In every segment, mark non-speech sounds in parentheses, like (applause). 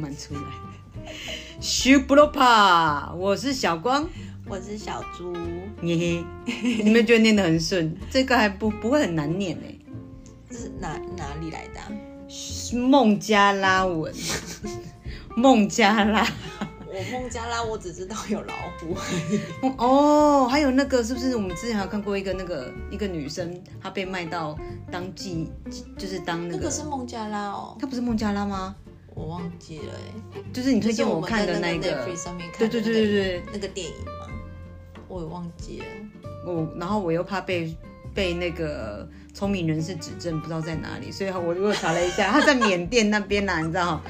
翻出来。s h u b l o p a 我是小光，我是小猪，耶嘿，你们觉得念得很顺？这个还不不会很难念欸呢。这是哪哪里来的啊、孟加拉文，孟加拉，我孟加拉，我只知道有老 (laughs) 虎。哦，还有那个是不是我们之前还有看过一个那个一个女生，她被卖到当妓，就是当那那个，个是孟加拉哦，她不是孟加拉吗？我忘记了哎。就是你推荐就是我我们看的在那那一个个， Netflix 上面看对的对对对对，那个电影吗？我也忘记了。我然后我又怕被被那个聪明人士指证不知道在哪里，所以我又查了一下，他在缅甸那边啊啦、你知道？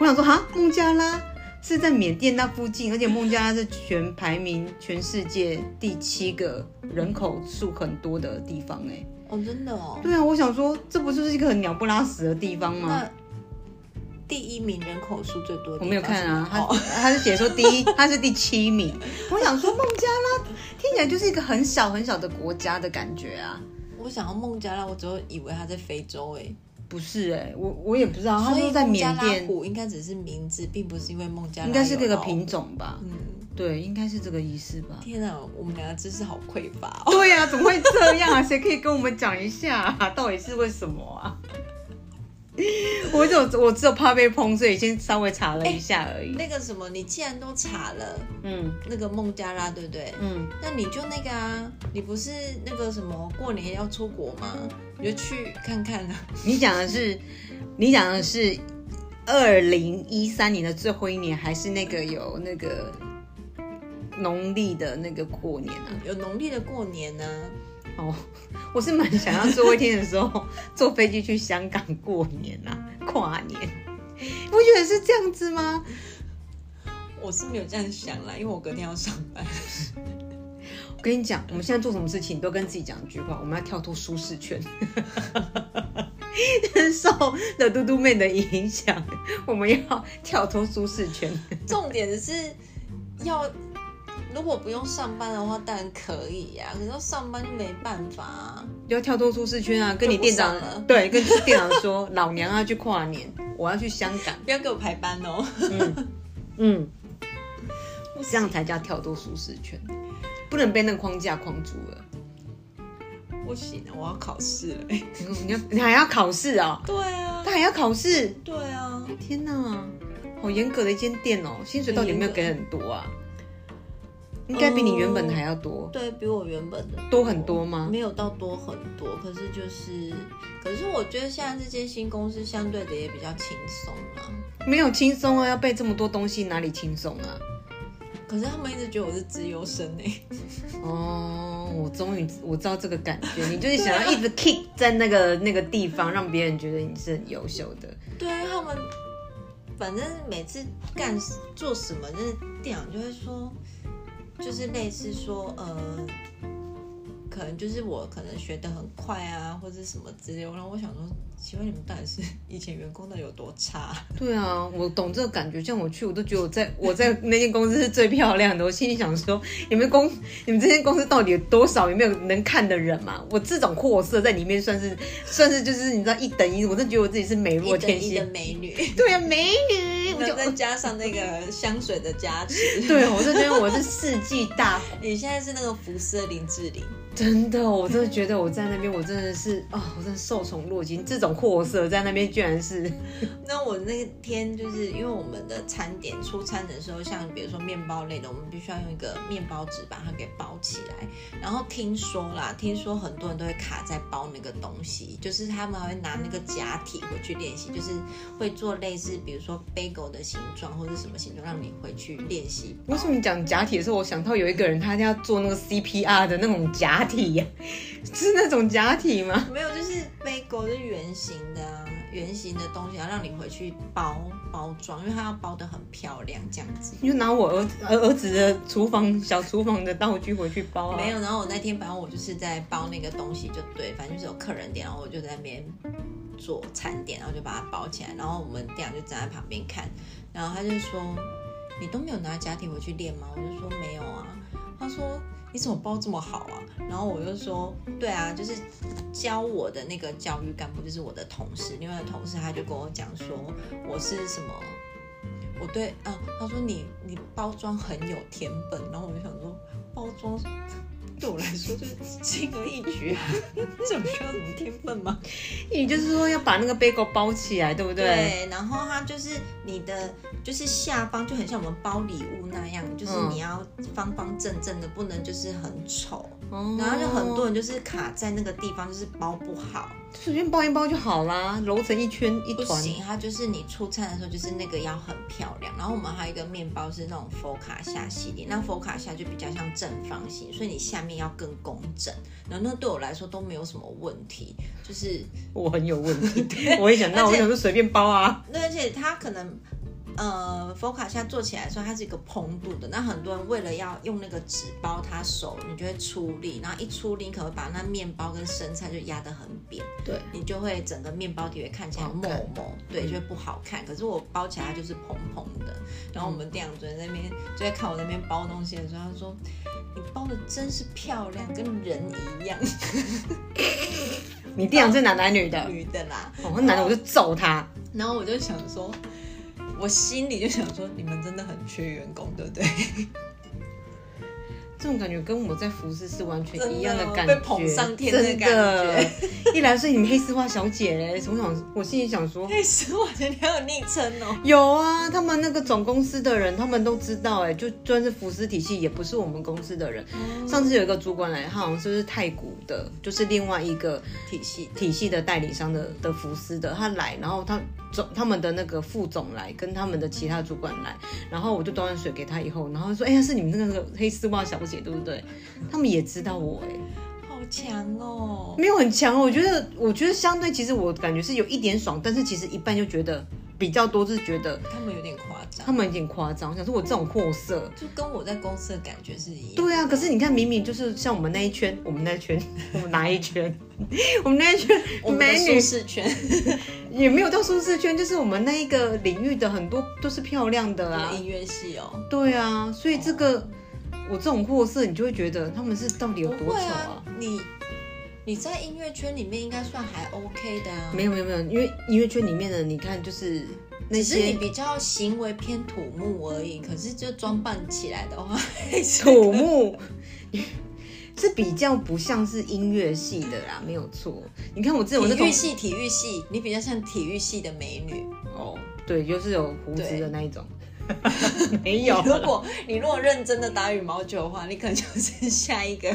我想说哈，孟加拉是在缅甸那附近，而且孟加拉是全排名全世界第七个人口数很多的地方哎、哦，真的哦。对啊，我想说这不就是一个很鸟不拉屎的地方吗？那第一名人口数最多的地方是哪，我没有看啊，他哦，他是写说第一，他是第七名。我想说孟加拉听起来就是一个很小很小的国家的感觉啊，我想要孟加拉，我只会以为它在非洲哎。不是哎、我我也不知道，他所说以在孟缅加拉甸，虎应该只是名字，并不是因为孟加拉应该是有这个老虎品。种吧？嗯，对，应该是这个意思吧？天哪，我们两个知识好匮乏哦。对呀、啊，怎么会这样啊？ (laughs) 谁可以跟我们讲一下、啊，到底是为什么啊？ (laughs) 我只有我只有怕被抨，所以先稍微查了一下而已。那个什么，你既然都查了嗯哎那个孟加拉，对不对？嗯，那你就那个啊，你不是那个什么过年要出国吗？你就去看看啊。 (laughs) 你讲的是，你讲的是二零一三年的最后一年，还是那个有那个农历的那个过年啊？有农历的过年呢、哦，我是蛮想要最后一天的时候坐飞机去香港过年啊，跨年。你不觉得是这样子吗？我是没有这样想啦，因为我隔天要上班。 (laughs) 我跟你讲，我们现在做什么事情都跟自己讲一句话，我们要跳脱舒适圈。受了嘟嘟妹的影响，我们要跳脱舒适圈。重点是要，如果不用上班的话，当然可以呀、可是要上班就没办法啊。要跳脱舒适圈啊！跟你店长就不上了对，跟店长说，老娘要去跨年，我要去香港。不要给我排班哦。嗯嗯， (laughs) 不行这样才叫跳脱舒适圈，不能被那个框架框住了。不行，我要考试了。 (laughs) 你你要你还要考试啊、对啊他，还要考试！对啊，天哪，好严格的一间店哦，薪水到底有没有给很多啊？应该比你原本的还要多，对比我原本的多很多吗没有到多很多，可是就是，可是我觉得现在这间新公司相对的也比较轻松啊。没有轻松啊！要背这么多东西，哪里轻松啊？可是他们一直觉得我是资优生哎、哦，我终于我知道这个感觉，你就是想要一直 kick 在那个那个地方，让别人觉得你是很优秀的。 (laughs) 对啊，他们反正每次干做什么，就是店长就会说，就是类似说，呃，可能就是我可能学得很快啊，或者什么之类的。然后我想说，请问你们到底是 (laughs) 以前员工到底有多差？对啊，我懂这个感觉。像我去，我都觉得我在我在那间公司是最漂亮的。我心里想说，你们公你们这间公司到底有多少有没有能看的人嘛？我这种货色在里面算是算是就是你知道一等一，我真觉得我自己是美若一天等一的仙。美女，对啊，美 (laughs) 女，我然就后再加上那个香水的加 (laughs) 持。对我就觉得我是世纪大你现在是那个服饰的林志玲，真的，我真的觉得我在那边，我真的是哦，我真的受宠若惊。这种货色在那边居然是，那我那天就是因为我们的餐点出餐的时候，像比如说面包类的，我们必须要用一个面包纸把它给包起来。然后听说啦，听说很多人都会卡在包那个东西，就是他们还会拿那个假体回去练习，就是会做类似比如说 bagel 的形状或者什么形状，让你回去练习包。为什么你讲假体的时候，我想到有一个人他要做那个 CPR 的那种假体呀、 (laughs) 是那种假体吗？没有，就是 bagel 是圆形的啊，圆形的东西，然后让你回去包包装，因为它要包的很漂亮这样子。你就拿我儿子儿儿子的厨房小厨房的道具回去包啊？没有，然后我那天反正我就是在包那个东西，就对，反正就是有客人点，然后我就在那边做餐点，然后就把它包起来，然后我们店长就站在旁边看，然后他就说：“你都没有拿假体回去练吗？”我就说：“没有啊。”他说：“你怎么包这么好啊？”然后我就说：“对啊，就是教我的那个教育干部就是我的同事，另外的同事他就跟我讲说我是什么。”我对啊，他说你你包装很有天分，然后我就想说包装。对我来说就是轻而易举啊， (laughs) 这有需要什么天分吗？你就是说要把那个 bagel 包起来，对不对？啊对，然后它就是你的，就是下方就很像我们包礼物那样，就是嗯你要方方正正的，不能就是很丑。哦然后就很多人就是卡在那个地方，就是包不好，随便包一包就好啦，揉成一圈一不团。行。它就是你出餐的时候，就是那个要很漂亮。然后我们还有一个面包是那种佛卡夏系列，那佛卡夏就比较像正方形，所以你下面要更工整。然后那对我来说都没有什么问题，就是我很有问题，(laughs) 我也想到，而我且想说随便包啊。那而且它可能。呃，佛卡夏做起来的时候，它是一个蓬度的。那很多人为了要用那个纸包它手，你就会出力，然后一出力，你可能会把那面包跟生菜就压得很扁，对，你就会整个面包底会看起来不好厚看厚，对，就会不好看。可是我包起来它就是蓬蓬的。然后我们店长昨天在那边就在看我那边包东西的时候，他说：“你包的真是漂亮，跟人一样，你店长是男男女的？ (laughs) 女的啦。”哦，那男的我就揍他。然后我就想说，我心里就想说，你们真的很缺员工，对不 (laughs) 对？这种感觉跟我在服饰是完全一样真的哦感觉，被捧上天的感觉真的。一来说你们黑丝袜小姐嘞，我想我心里想说，那时候我觉得你很有昵称哦。有啊，他们那个总公司的人，他们都知道、哎，就算是服饰体系，也不是我们公司的人。上次有一个主管来，他好像是不是太古的，就是另外一个体系体系的代理商的的服饰的，他来，然后他总他们的那个副总来，跟他们的其他主管来，然后我就端完水给他以后，然后说，哎、呀，是你们那个黑丝袜小姐对不对？他们也知道我、哎。好强哦，没有很强，我觉得，我觉得相对其实我感觉是有一点爽，但是其实一半就觉得比较多，就是觉得他们有点夸张他，们有点夸张，想说我这种货色。就跟我在公司的感觉是一样。对啊，可是你看，明明就是像我们那一圈，我们那一 (laughs) 圈，我们哪一圈？ (laughs) 我们那一圈我们的美女舒适圈，也没有到舒适圈，就是我们那一个领域的很多都是漂亮的啊。音乐系哦，对啊，所以这个我这种货色，你就会觉得他们是到底有不多会丑啊啊？，你你在音乐圈里面应该算还 OK 的啊，没有没有没有，因为音乐圈里面的，你看就是那只是 (laughs) 些你比较行为偏土木而已。可是就装扮起来的 (laughs) 话，还是土木 (laughs) 是比较不像是音乐系的啦，没有错。你看我之前我那体种育系，体育系，你比较像体育系的美女。哦，对，就是有胡子对的那一种， (laughs) 没有如果你如果认真的打羽毛球的话，你可能就是下一个。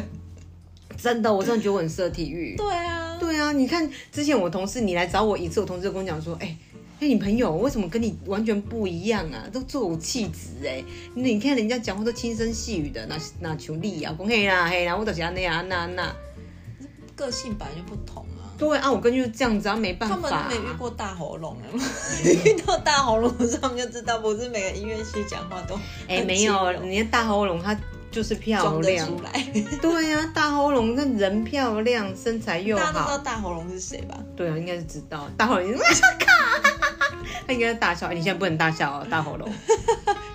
真的，我真的觉得我很适合体育。对啊，对啊，你看之前我同事你来找我一次，我同事就跟我讲说，哎、哎、你朋友为什么跟你完全不一样啊？都做有气质哎，你看人家讲话都轻声细语的，哪哪求力啊？讲嘿啦嘿啦，我就是安那啊那那。个性本来就不同啊。对啊，我跟就是这样子啊，没办他法、们没遇过大喉咙 (laughs) 啊，遇到大喉咙的时候，他们就知道不是每个音乐系讲话 (laughs) 都哎、很没轻有，柔你的大喉咙它就是漂装得亮出，来。对呀、大喉咙那人漂亮，身材又大家都知道好，大喉咙是谁吧？对啊，应该是知道大喉咙， (laughs) 他应该是大笑，哎你现在不能大笑哦，大喉咙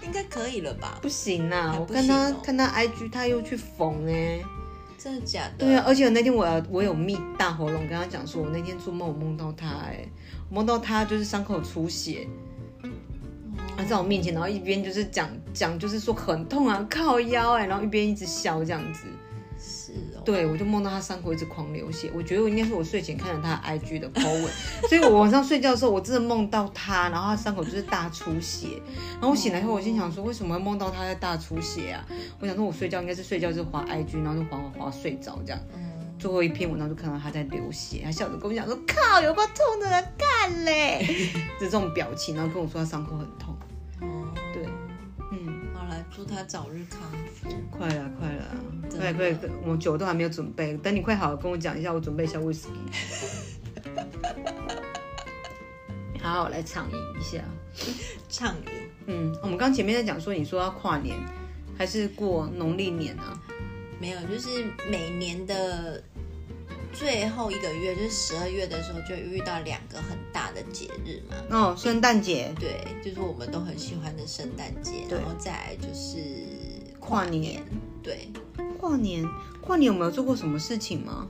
应该可以了吧？不行 (laughs) 啦，还我不看行他哦看他 IG，他又去缝哎、真的假的？对啊，，而且那天我有我有密大喉咙，跟他讲说，我那天做梦我梦到他哎、我梦到他就是伤口出血，哦他在我面前，然后一边就是讲讲就是说很痛啊，靠腰哎、然后一边一直笑这样子。是哦。对，我就梦到他伤口一直狂流血，我觉得我应该是我睡前看了他的 IG 的 po 文，所以我晚上睡觉的时候，我真的梦到他，然后他伤口就是大出血，然后我醒来以后，我心想说，为什么会梦到他在大出血啊？我想说，我睡觉应该是睡觉就滑 IG，然后就滑滑滑睡着这样。嗯，最后一篇文章就看到他在流血，他笑着跟我讲说：“靠，有够痛的，干嘞！” (laughs) 就这种表情，然后跟我说他伤口很痛。哦对嗯，好来祝他早日康复。快了，快了，真快的快，快我酒都还没有准备，等你快好了跟我讲一下，我准备一下 whisky。好，我来畅饮一下。畅饮，嗯，我们刚前面在讲说，你说要跨年还是过农历年啊？没有，就是每年的最后一个月，就是十二月的时候，就遇到两个很大的节日嘛。哦，圣诞节，对，就是我们都很喜欢的圣诞节，对然后再来就是跨跨年年。对，跨年，跨年有没有做过什么事情吗？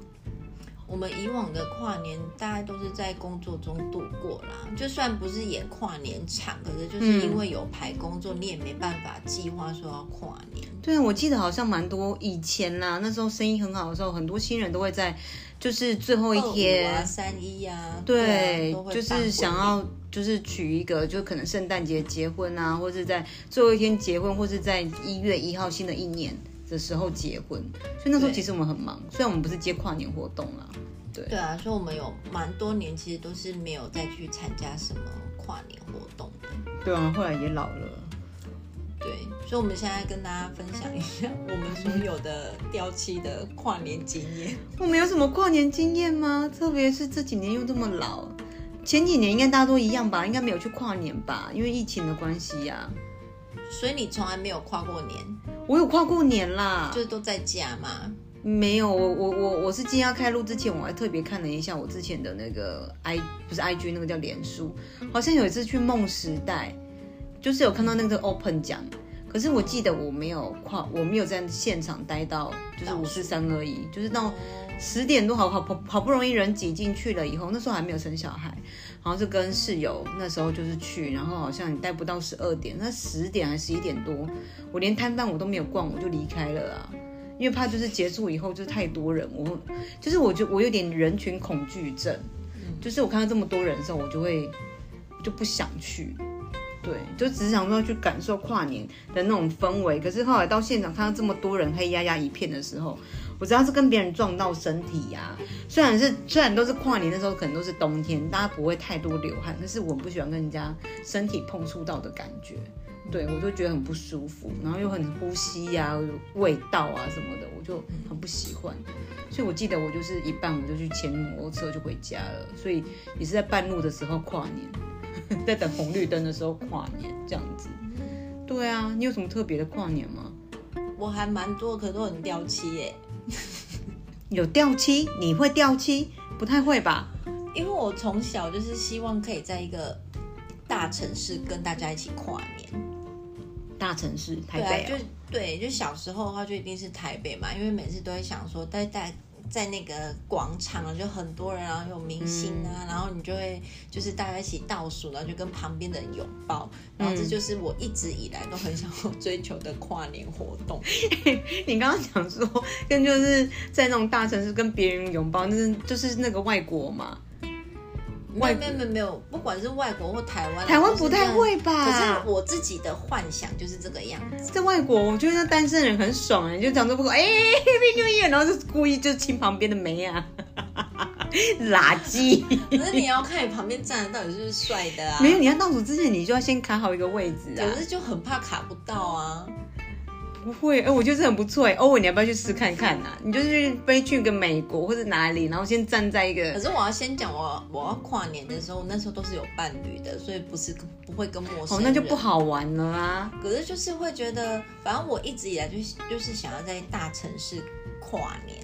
我们以往的跨年大概都是在工作中度过啦，就算不是演跨年场，可是就是因为有排工作，你也没办法计划说要跨年。对啊，我记得好像蛮多以前啦，那时候生意很好的时候，很多新人都会在就是最后一二五天，啊、三一啊，对啊都，会就是办想婚礼要就是取一个，就可能圣诞节结婚啊，或是在最后一天结婚，或是在一月一号新的一年的时候结婚。所以那时候对其实我们很忙，虽然我们不是接跨年活动啦，对，对啊，所以我们有蛮多年其实都是没有再去参加什么跨年活动的。对啊，后来也老了。对，所以我们现在跟大家分享一 (laughs) 下我们所有的掉漆的跨年经验。我们有什么跨年经验吗？特别是这几年又这么老，前几年应该大家都一样吧，应该没有去跨年吧，因为疫情的关系呀、所以你从来没有跨过年，我有跨过年啦，就是都在家嘛。没有，我我我我是今天要开录之前，我还特别看了一下我之前的那个 i 不是 i g 那个叫脸书，好像有一次去梦时代，就是有看到那个 open 奖，可是我记得我没有跨，我没有在现场待到就是五四三而已，就是到十点多好好好好不容易人挤进去了以后，那时候还没有生小孩，好像是跟室友那时候就是去，然后好像你待不到十二点，那十点还十一点多，我连摊贩我都没有逛，我就离开了啊。因为怕就是结束以后就是太多人，我就是我就我有点人群恐惧症，就是我看到这么多人的时候，我就会就不想去，对，就只是想说去感受跨年的那种氛围。可是后来到现场看到这么多人黑压压一片的时候，我知道是跟别人撞到身体呀、虽然是虽然都是跨年的时候，可能都是冬天，大家不会太多流汗，但是我不喜欢跟人家身体碰触到的感觉。对，我就觉得很不舒服，然后又很呼吸呀、味道啊什么的，我就很不喜欢。所以我记得我就是一半我就去牵摩托车就回家了，所以也是在半路的时候跨年， (laughs) 在等红绿灯的时候跨年这样子。对啊，你有什么特别的跨年吗？我还蛮多，可都很掉漆耶、有掉漆？你会掉漆？不太会吧？因为我从小就是希望可以在一个大城市跟大家一起跨年。大城市台对北、啊，就对，就小时候的话就一定是台北嘛，因为每次都会想说在在在那个广场啊，就很多人啊，有明星嗯啊，然后你就会就是大家一起倒数，然后就跟旁边的人拥抱，然后嗯这就是我一直以来都很想要追求的跨年活 (laughs) 动。你刚刚讲说跟就是在那种大城市跟别人拥抱，那是就是那个外国嘛，没有没有没有没有，不管是外国或台湾啊，台湾都是不太这样会吧可是我自己的幻想就是这个样子。在外国，我觉得那单身人很爽哎、就讲说不过哎，Happy New Year，然后就故意就亲旁边的妹啊， (laughs) 垃圾。可是你要看你旁边站的到底是不是帅的 (laughs) 啊？没有，你要倒数之前，你就要先卡好一个位置啊可。是就很怕卡不到啊。不会，哎、我觉得这很不错哎、欧文，你要不要去试看看啊？你就去飞去个美国或者哪里，然后先站在一可个，是我要先讲，我我要跨年的时候，那时候都是有伴侣的，所以不是跟不会跟陌生哦，人。那就不。好玩了啊。可是就是会觉得，反正我一直以来就是就是想要在大城市跨年，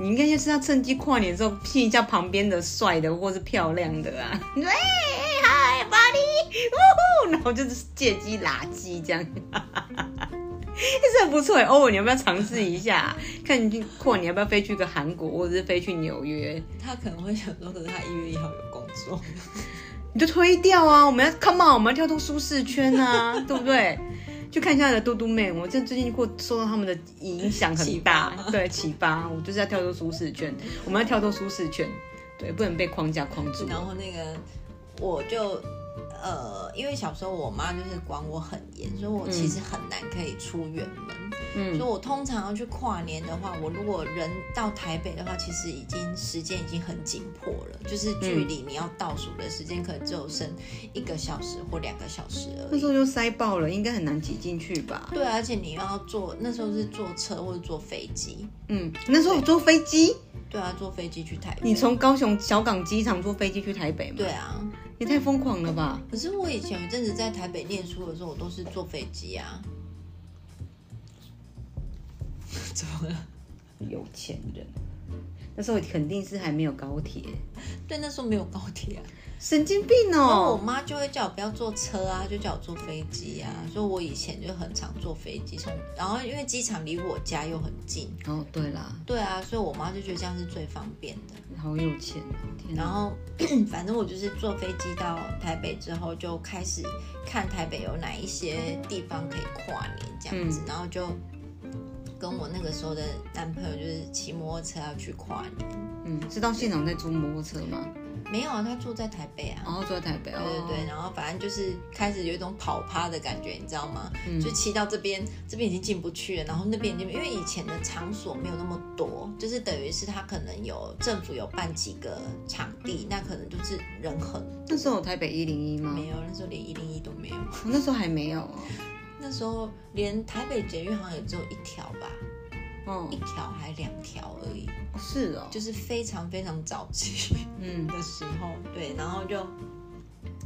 你应该就是要趁机跨年的时候骗一下旁边的帅的或是漂亮的啊！你说哎嗨，buddy，呜呼，然后就是借机拉鸡这样， (laughs) 其实很不错哎。欧文，你要不要尝试一下、看你去跨年要不要飞去个韩国，或者是飞去纽约？他可能会想说，可是他一月一号有工作，你就推掉啊！我们要 come on，我们要跳脱舒适圈 (laughs) 啊，对不对？去看一下你的嘟嘟妹，我这最近过受到他们的影响很大启发，对启发，我就是要跳脱舒适圈，我们要跳脱舒适圈，对，不能被框架框住。然后那个我就。呃，因为小时候我妈就是管我很严，所以我其实很难可以出远门。嗯所以我通常要去跨年的话，我如果人到台北的话，其实已经时间已经很紧迫了，就是距离你要倒数的时间可能只有剩一个小时或两个小时而那时已。候就塞爆了，应该很难挤进去吧？对啊，而且你要坐那时候是坐车或者坐飞机，嗯，那时候我坐飞机，对啊，坐飞机去台北。你从高雄小港机场坐飞机去台北吗？对，啊，也太疯狂了吧！可是我以前有一阵子在台北念书的时候，我都是坐飞机啊。怎么了？有钱人，那时候肯定是还没有高铁，对，那时候没有高铁啊。神经病然后我哦！妈就会叫我不要坐车啊，就叫我坐飞机啊。所以我以前就很常坐飞机，从然后因为机场离我家又很近，哦，对啦，对啊，所以我妈就觉得这样是最方便的。好有钱哦，天哪！然后 (clears throat) 反正我就是坐飞机到台北之后，就开始看台北有哪一些地方可以跨年这样子，然后就跟我那个时候的男朋友就是骑摩托车要去跨年。嗯，是到现场再租摩托车吗？没有啊，他住在台北啊。然后哦住在台北，对哦对对对，然后反正就是开始有一种跑趴的感觉，你知道吗？嗯就骑到这边，这边已经进不去了，然后那边已经因为以前的场所没有那么多，就是等于是他可能有政府有办几个场地，那可能就是人很那时候有台北一零一吗？没有，那时候连一零一都没有，哦那时候还没有哦。那时候连台北捷运好像也只有一条吧，哦 (laughs) 一，条还两条而已，是哦，就是非常非常早期嗯，的时候，对，然后就。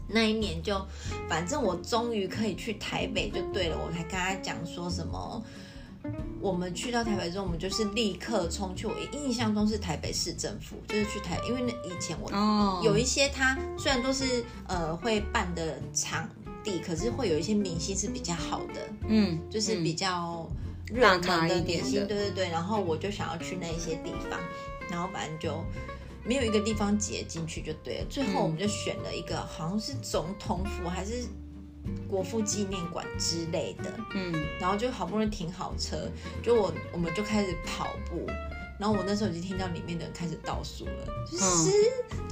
那一年就，反正我终于可以去台北就对了。我还跟他讲说什么，我们去到台北之后，我们就是立刻冲去。我印象中是台北市政府，就是去台，因为那以前我哦，有一些它虽然都是呃会办的场地，可是会有一些明星是比较好的，嗯，就是比嗯较热大咖门一的点明的星，对对对。然后我就想要去那一些地方，然后反正就。没有一个地方挤得进去就对了。最后我嗯们就选了一个好像是总统府还是国父纪念馆之类的，嗯，然后就好不容易停好车，就我我们就开始跑步，然后我那时候已经听到里面的人开始倒数了，就嗯是十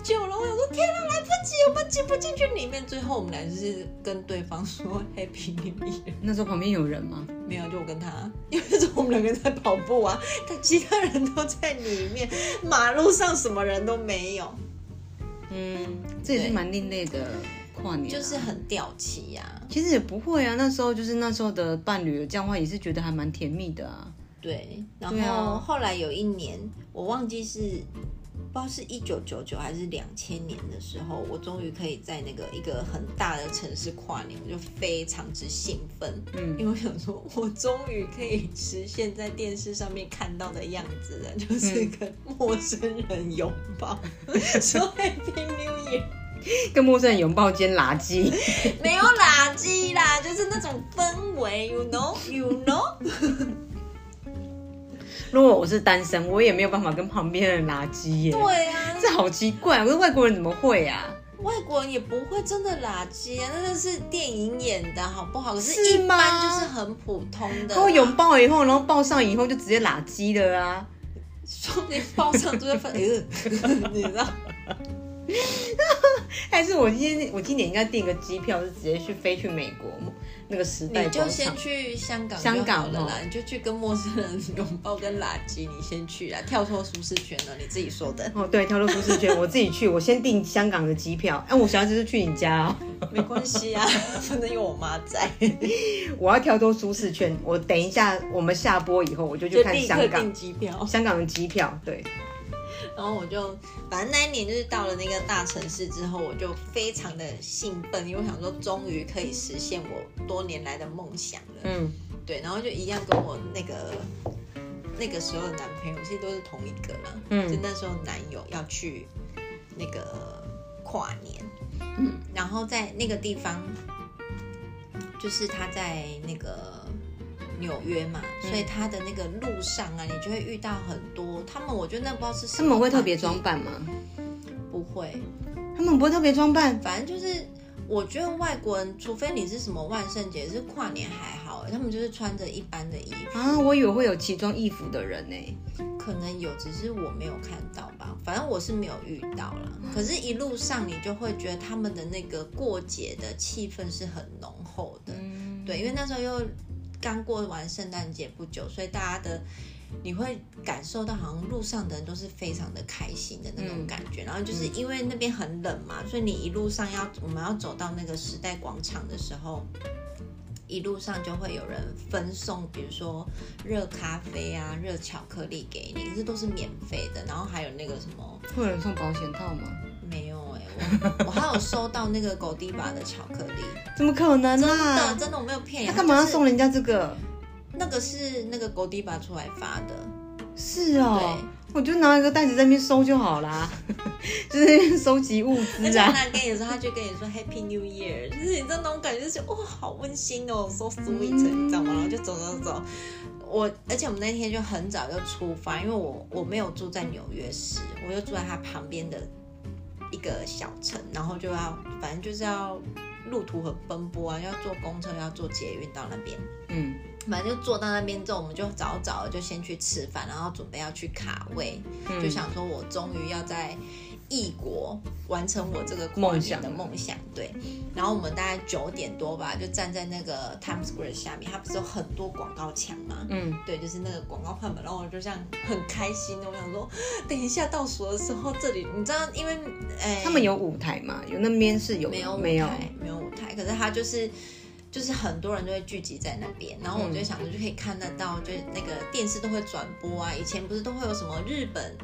九了，我想说天啊，来不及，我们挤不进去里面。最后我们俩就是跟对方说 Happy New Year，那时候旁边有人吗？没有，就我跟他，因为那时候我们两个人在跑步啊，但其他人都在里面，马路上什么人都没有，嗯，这也是对蛮另类的跨年啊，就是很吊气呀、其实也不会啊，那时候就是那时候的伴侣这样的话也是觉得还蛮甜蜜的啊。 (laughs) 对，然对啊后后来有一年，我忘记是不知道是一九九九还是两千年的时候，我终于可以在那个一个很大的城市跨年，我就非常之兴奋，嗯因为我想说，我终于可以实现在电视上面看到的样子了，就是嗯跟陌生人拥 (laughs) 抱，说 Happy New Year。跟陌生人拥抱兼垃圾， (laughs) 没有垃圾啦，就是那种氛围，you know，you know。 (laughs) 如果我是单身，我也没有办法跟旁边的人垃圾耶。对啊，这好奇怪，我说外国人怎么会啊？外国人也不会真的垃圾啊，那个是电影演的好不好？可是，是一吗般就是很普通的跟我啦。拥抱以后，然后抱上以后就直接垃圾了啊！说不定报上就 (laughs) 会分，呃，你知道？还是我今天我今年应该订个机票，是直接去飞去美国那个时代你就广场先。去香港香就好港了啦哦，你就去跟陌生人拥抱跟垃圾，你先去啦，跳脱舒适圈了，你自己说的，哦，对，跳入舒适圈，我自己去，我先订香港的机票。哎、我小孩子是去你家哦，没关系 (laughs) 啊，反正有我妈在，我要跳脱舒适圈。我等一下我们下播以后，我就去就看立香刻港订。机票。香港的机票，对，然后我就，反正那一年就是到了那个大城市之后，我就非常的兴奋，因为我想说，终于可以实现我多年来的梦想了。嗯，对，然后就一样跟我那个那个时候的男朋友，其实都是同一个啦。嗯就那时候男友要去那个跨年，嗯，然后在那个地方，就是他在那个纽约嘛，所嗯以他的那个路上啊，你就会遇到很多他们，我觉得那不知道是什他么们会团特别体装，扮吗？不会，他们不会特别装扮，反正就是。我觉得外国人，除非你是什么万圣节，是跨年还好，欸他们就是穿着一般的衣服。啊，我以为会有奇装异服的人呢、可能有，只是我没有看到吧。反正我是没有遇到啦。可是，一路上你就会觉得他们的那个过节的气氛是很浓厚的。嗯，对，因为那时候又刚过完圣诞节不久，所以大家的你会感受到好像路上的人都是非常的开心的那嗯种感觉。然后就是因为那边很冷嘛，所以你一路上要我们要走到那个时代广场的时候。一路上就会有人分送，比如说热咖啡啊、热巧克力给你，可是都是免费的。然后还有那个什么，会有人送保险套吗？没有哎、我我还有收到那个狗迪巴的巧克力，怎么可能真的 (laughs) 啊？真的我没有骗你。他干嘛要就是送人家这个？那个是那个狗迪巴出来发的，是哦对，我就拿一个袋子在那边收就好 (laughs) 啦，就是在那边收集物而资且他啊。拿给你的时候，他就跟你说 Happy New Year，就是你知道那种感觉，就是哇，好温馨哦，so sweet，你知道吗？然后就走走走。我而且我们那天就很早就出发，因为我我没有住在纽约市，我就住在它旁边的一个小城，然后就要反正就是要路途很奔波啊，要坐公车，要坐捷运到那边。嗯，反正就坐到那边之后，我们就早早地就先去吃饭，然后准备要去卡位，嗯就想说我终于要在异国完成我这个跨年的梦想，对。然后我们大概九点多吧，就站在那个 Times Square 下面，它不是有很多广告墙吗？嗯，对，就是那个广告看板，然后我就这样很开心，我想说，等一下倒数的时候，这里你知道，因为哎，他们有舞台嘛？有那边是有没有舞台没有？没有舞台，可是他就是就是很多人就会聚集在那边，然后我嗯就想着就可以看得到，就是那个电视都会转播啊，以前不是都会有什么日本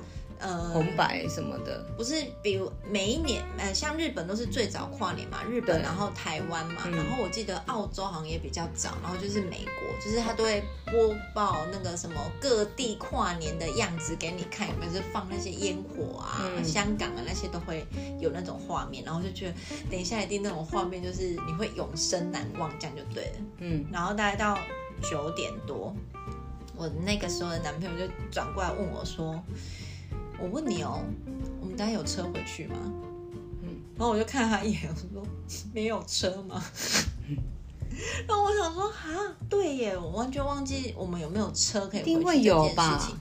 呃红白什么的，不是，比如每一年，呃，像日本都是最早跨年嘛，日本，对然后台湾嘛，嗯然后我记得澳洲好像也比较早，然后就是美国，就是他都会播报那个什么各地跨年的样子给你看，有没有就是放那些烟火啊，嗯香港啊那些都会有那种画面，然后就觉得等一下一定那种画面就是你会永生难忘，这样就对了。嗯，然后大概到九点多，我那个时候的男朋友就转过来问我说：“我问你哦，我们大家有车回去吗？”嗯然后我就看他一眼，我说：“没有车吗？”然后我想说：“啊，对耶，我完全忘记我们有没有车可以一定回会去这有件事吧情。”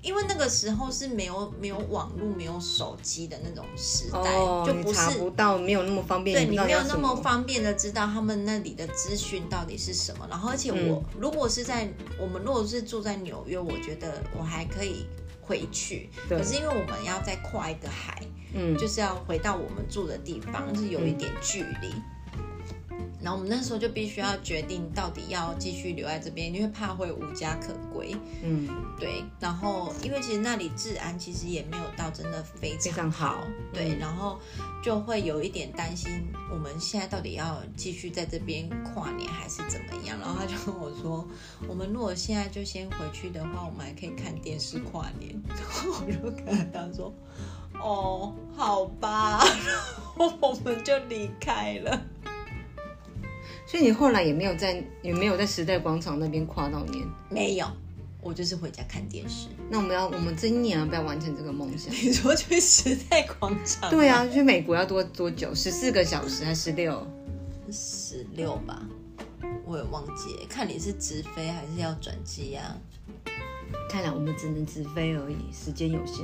因为那个时候是没有没有网络、没有手机的那种时代，哦，就你不查是不到，没有那么方便，对不你知道没有要那什么么方便的知道他们那里的资讯到底是什么。然后，而且我、嗯如果是在我们如果是住在纽约，我觉得我还可以回去。对可是因为我们要再跨一个海，嗯，就是要回到我们住的地方，就是有一点距离。然后我们那时候就必须要决定到底要继续留在这边，因为怕会无家可归。嗯，对，然后因为其实那里治安其实也没有到真的非非常常好，对，嗯然后就会有一点担心，我们现在到底要继续在这边跨年还是怎么样？然后他就跟我说，我们如果现在就先回去的话，我们还可以看电视跨年。 (laughs) 然后我就跟他说，哦，好吧，然后我们就离开了。所以你后来也没有在也没有在时代广场那边跨到年。没有，我就是回家看电视。那我们要我们今年要不要完成这个梦想？你说去时代广场？对，啊，去美国要多多久？十四个小时还是十六？十六吧，我也忘记了，看你是直飞还是要转机呀、啊？看来我们只能直飞而已，时间有限。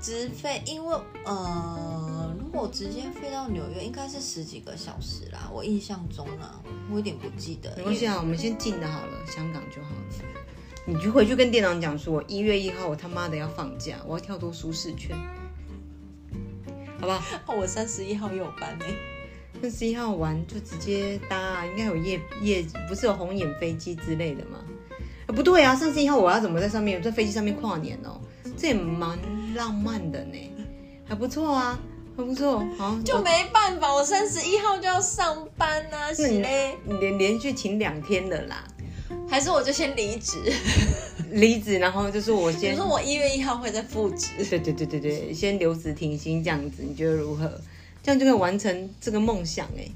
直飞，因为呃，如果直接飞到纽约，应该是十几个小时啦。我印象中啦，我有点不记得。没关系啊，我们先近的好了，香港就好了。你就回去跟店长讲说，一月一号我他妈的要放假，我要跳脱舒适圈，好吧？因为我三十一号也有班呢、那十一号玩就直接搭、啊，应该有夜夜，不是有红眼飞机之类的吗？啊不对啊，上次一号我要怎么在上面在飞机上面跨年哦？这也蛮浪漫的呢，还不错啊，还不错。好，就我没办法，我三十一号就要上班啊，那是你嘞，你连连续请两天了啦，还是我就先离职？离职，然后就是我你先说我一月一号会再复职？对对对对对，先留职停薪这样子，你觉得如何？这样就可以完成这个梦想哎、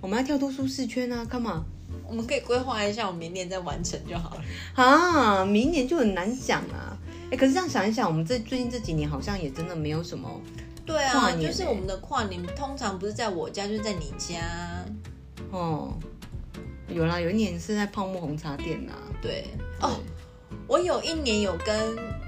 我们要跳脱舒适圈啊，干嘛我们可以规划一下，我明年再完成就好了。啊？明年就很难讲啊。哎、可是这样想一想，我们这最近这几年好像也真的没有什么对跨啊，年欸就是我们的跨年通常不是在我家，就是在你家。哦。有啦，有一年是在泡沫红茶店啊啦。对哦，我有一年有跟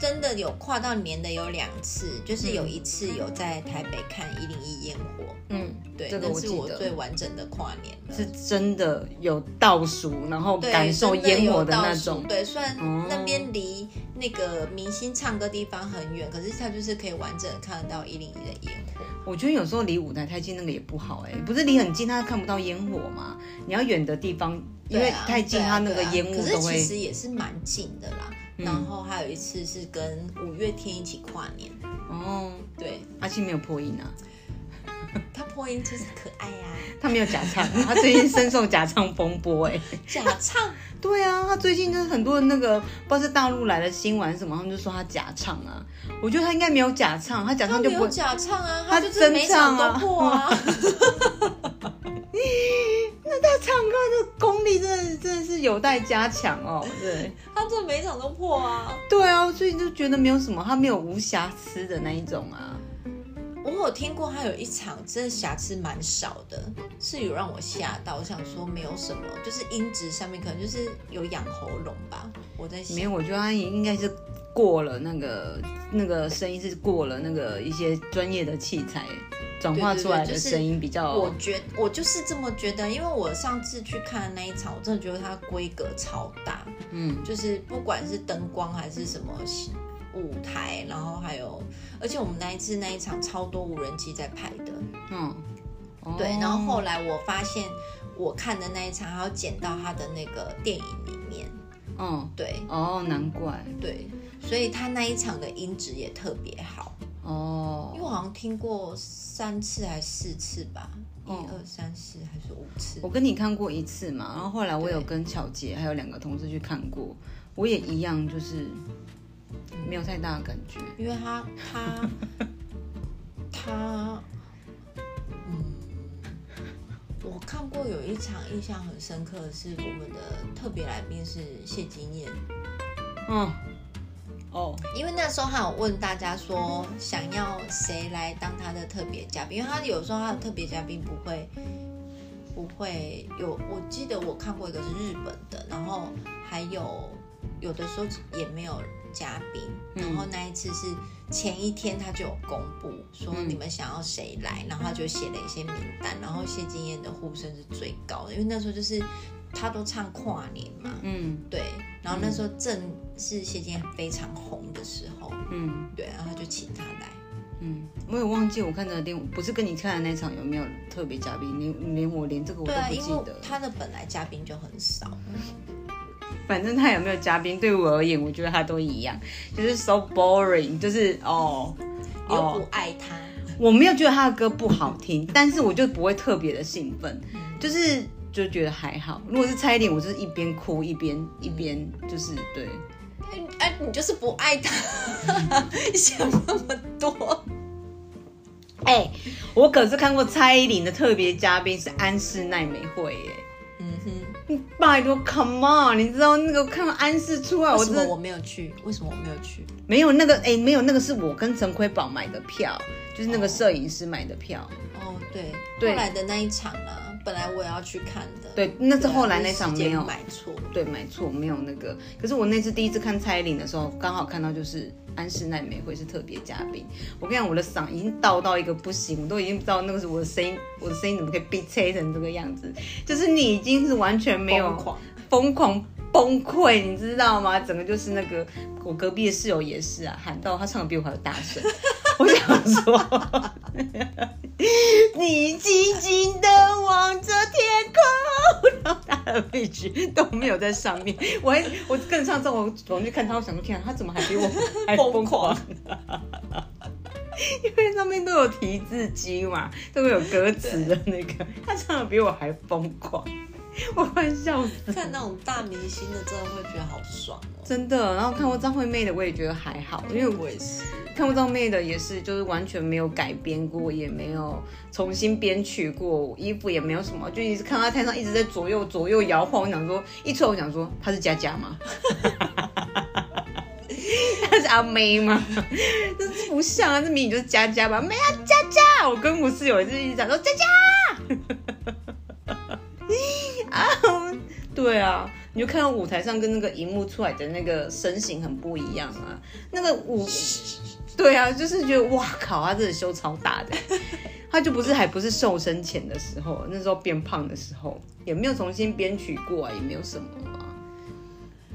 真的有跨到年的有两次，就是有一次有在台北看一零一烟火，嗯，对，这个那我是记我最得完整的跨年了。是真的有倒数，然后对感受真的有烟火的倒那数种。对，虽然哦那边离那个明星唱歌地方很远，可是它就是可以完整地看得到一零一的烟火。我觉得有时候离舞台太近那个也不好哎、不是离很近他看不到烟火嘛，你要远的地方，因为对啊太近对啊他那个对啊烟雾可都是会嗯其。实也是蛮近的啦。然后还有一次是跟五月天一起跨年，哦，对，阿信没有破音啊，他破音就是可爱呀、他没有假唱、啊，他 (laughs) 最近深受假唱风波哎、假唱，对啊，他最近就是很多那个不知道是大陆来的新闻还是什么，他们就说他假唱啊。我觉得他应该没有假唱，他假他唱就没不有会。假唱啊，他他就是真每唱场啊都破 (laughs) 啊。那他唱歌的功力真的真的是有待加强哦。对，他这每场都破啊！ (laughs) 对啊，所以就觉得没有什么，他没有无瑕疵的那一种啊。我有听过他有一场真的瑕疵蛮少的，是有让我吓到，我想说没有什么，就是音质上面可能就是有养喉咙吧，我在想没有，我觉得他应该是过了那个那个声音是过了那个一些专业的器材转化出来对对对的就是声音比较。我觉我就是这么觉得，因为我上次去看那一场，我真的觉得它规格超大，嗯，就是不管是灯光还是什么舞台，然后还有，而且我们那一次那一场超多无人机在拍的，嗯，哦对，然后后来我发现我看的那一场还有剪到他的那个电影里面，嗯对哦，难怪对，所以他那一场的音质也特别好，哦因为。我好像听过三次还是四次吧，一哦二三四还是五次我，跟你看过一次嘛，然后后来我对有跟巧姐还有两个同事去看过，我也一样，就是没有太大的感觉。因为他 (laughs) 他他，嗯，我看过有一场印象很深刻的是我们的特别来宾是谢金燕，嗯，哦，因为那时候他有问大家说想要谁来当他的特别嘉宾，因为他有时候他的特别嘉宾不会不会有，我记得我看过一个是日本的，然后还有有的时候也没有嘉宾，嗯然后那一次是前一天他就有公布说嗯你们想要谁来，然后他就写了一些名单，然后谢金燕的呼声是最高的，因为那时候就是他都唱跨年嘛，嗯对，然后那时候正是谢金燕非常红的时候，嗯对，然后他就请他来，嗯，我也忘记我看的电，不是跟你看的那场有没有特别嘉宾，连连我连这个我都对啊，不因记为得。哦他的本来嘉宾就很少，反正他有没有嘉宾，对我而言，我觉得他都一样，就是 so boring，就是哦你又哦不，爱他，我没有觉得他的歌不好听，但是我就不会特别的兴奋，嗯就是就觉得还好。如果是差一点，我就是一边哭一边嗯一边就是对，哎、哎你就是不爱他， (laughs) 想那么多，哎、我可是看过蔡依林的特别嘉宾是安室奈美惠耶。嗯哼，拜托，Come on！你知道那个看到安室出来，我为什真么的我没有去？为什么我没有去？没有那个哎、没有那个是我跟陈奎宝买的票，就是那个摄影师买的票。哦，对，对后来的那一场啊，本来我也要去看的，对，那对啊，是后来那场时间没有。买错，对，没错，没有那个。可是我那次第一次看蔡依林的时候，刚好看到就是安室奈美惠是特别嘉宾。我跟你讲，我的嗓已经到到一个不行，我都已经不知道那个是我的声音，我的声音怎么可以被吹成这个样子？就是你已经是完全没有疯狂，疯狂崩溃，你知道吗？整个就是那个我隔壁的室友也是啊，喊到他唱的比我还要大声。 (laughs) 我想说， (laughs) 你静静的望着天空，然后他的配置都没有在上面。我还我更上之后，我走去看他，我想说天啊，他怎么还比我还疯疯狂狂？因为上面都有提字机嘛，都会有歌词的那个，他唱的比我还疯狂，我快笑死了。看那种大明星的，真的会觉得好爽哦。真的，然后看过张惠妹的，我也觉得还好，因为我我也是，看过张妹的也是，就是完全没有改编过，也没有重新编曲过，衣服也没有什么，就一直看她台上一直在左右左右摇晃。我想说，一出来我想说，她是佳佳吗？她是阿妹吗？这不像啊，这明明就是佳佳吧？没有啊佳佳，我跟我室友也是一直讲说佳佳。 (laughs) 啊，对啊，你就看到舞台上跟那个荧幕出来的那个身形很不一样啊，那个舞。对啊，就是觉得哇靠，他真的修超大的， (laughs) 他就不是还不是瘦身前的时候，那时候变胖的时候，也没有重新编曲过啊，也没有什么啊。